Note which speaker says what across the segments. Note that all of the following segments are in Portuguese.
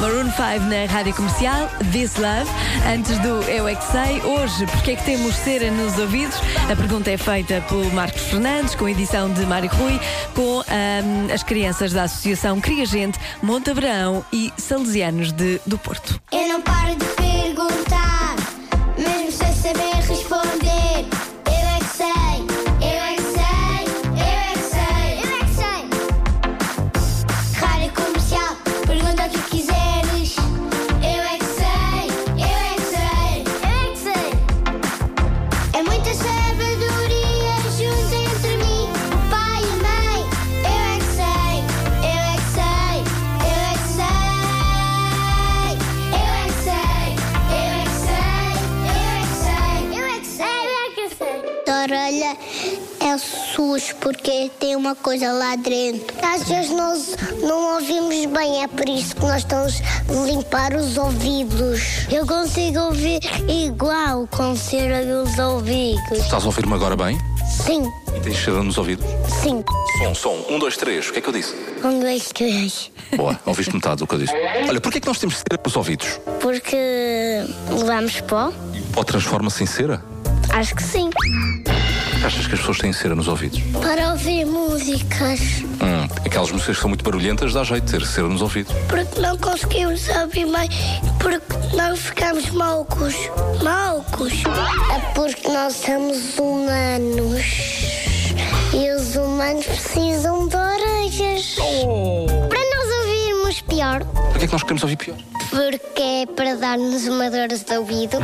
Speaker 1: Maroon 5 na rádio comercial, This Love, antes do Eu É Que Sei. Hoje, porque é que temos cera nos ouvidos? A pergunta é feita por Marcos Fernandes, com edição de Mário Rui, com ahm, as crianças da Associação Cria Gente, Monte Abraão e Salesianos de, do Porto.
Speaker 2: Eu não paro de perguntar, mesmo sem saber responder. Eu é que sei, eu é que sei, eu é que sei, eu é que sei. Rádio comercial, pergunta o que quiseres. Eu é que sei, eu é que sei, eu é que sei. É muita sabedoria junto entre mim, pai e mãe. Eu é que sei, eu é que sei, eu é que sei. Eu é que sei, eu é que sei, eu é que sei, eu é que sei, eu é que sei.
Speaker 3: orelha é sujo porque tem uma coisa lá dentro. Às vezes nós não ouvimos bem, é por isso que nós estamos a limpar os ouvidos. Eu consigo ouvir igual com cera nos ouvidos.
Speaker 4: Estás a ouvir-me agora bem?
Speaker 3: Sim,
Speaker 4: E tens cheiro nos ouvidos?
Speaker 3: sim.
Speaker 4: Som, som. Um, dois, três. O que é que eu disse?
Speaker 3: Um, dois, três.
Speaker 4: Boa, ouviste metade do que eu disse. Olha, porquê é que nós temos cera nos ouvidos?
Speaker 3: Porque levamos pó?
Speaker 4: E o pó transforma-se em cera?
Speaker 3: Acho que sim.
Speaker 4: Achas que as pessoas têm cera nos ouvidos?
Speaker 3: Para ouvir músicas.
Speaker 4: Hum, aquelas músicas que são muito barulhentas dá jeito de ter cera nos ouvidos.
Speaker 3: Porque não conseguimos ouvir bem, porque não ficamos malucos. Malucos? É porque nós somos humanos. E os humanos precisam de orelhas. Para nós ouvirmos pior.
Speaker 4: Porquê é que nós queremos ouvir pior? Porquê
Speaker 3: Porque é para dar-nos uma dor de ouvido.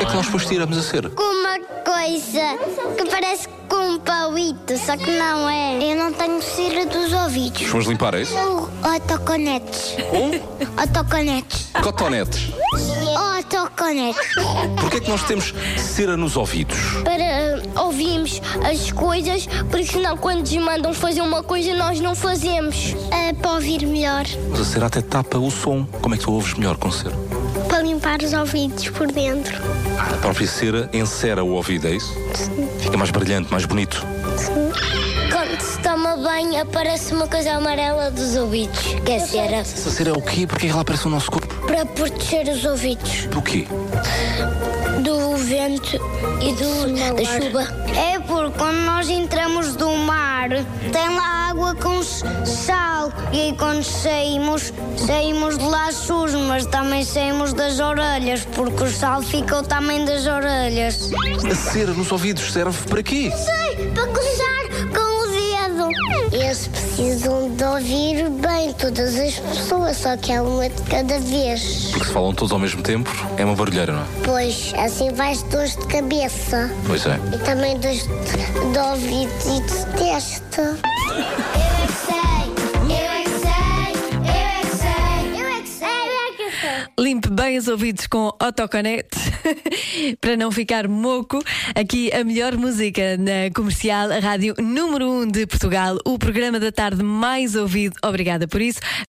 Speaker 4: é que nós depois tiramos a cera?
Speaker 3: Com uma coisa que parece com um palito, só que não é. Eu não tenho cera dos ouvidos.
Speaker 4: Vamos limpar, é isso?
Speaker 3: São autoconetes. Um? Autoconetes.
Speaker 4: Cotonetes.
Speaker 3: é? Autoconetes.
Speaker 4: Porquê é que nós temos cera nos ouvidos?
Speaker 3: Para ouvirmos as coisas, porque senão quando nos mandam fazer uma coisa nós não fazemos. É para ouvir melhor.
Speaker 4: Mas a cera até tapa o som. Como é que tu ouves melhor com cera? Ah,
Speaker 3: Para limpar os ouvidos por dentro.
Speaker 4: A própria cera encera o ouvido, é isso? Fica mais brilhante, mais bonito.
Speaker 3: Quando se toma banho aparece uma coisa amarela dos ouvidos, que é cera.
Speaker 4: Essa cera é o quê? Porquê é que ela aparece no nosso corpo?
Speaker 3: Para proteger os ouvidos
Speaker 4: Do quê?
Speaker 3: do vento e do, da chuva. É porque quando nós entramos do mar tem lá água com sal e aí quando saímos saímos de lá sujos, mas também saímos das orelhas porque o sal ficou também das orelhas.
Speaker 4: A cera nos ouvidos serve para quê?
Speaker 3: Sei, para coçar com o dedo. Eles precisam de ouvir bem todas as pessoas, só que é uma de cada vez.
Speaker 4: Porque se falam todos ao mesmo tempo, é uma barulheira, não é?
Speaker 3: Pois, assim vais dois de cabeça.
Speaker 4: Pois é.
Speaker 3: E também dos de ouvido e de testa.
Speaker 2: Eu é que sei, eu é que sei, eu é que sei, eu é que sei, eu é que sei.
Speaker 1: Limpe bem os ouvidos com autoconete para não ficar moco. Aqui a melhor música na comercial, a rádio número 1 um de Portugal, o programa da tarde mais ouvido. Obrigada por isso.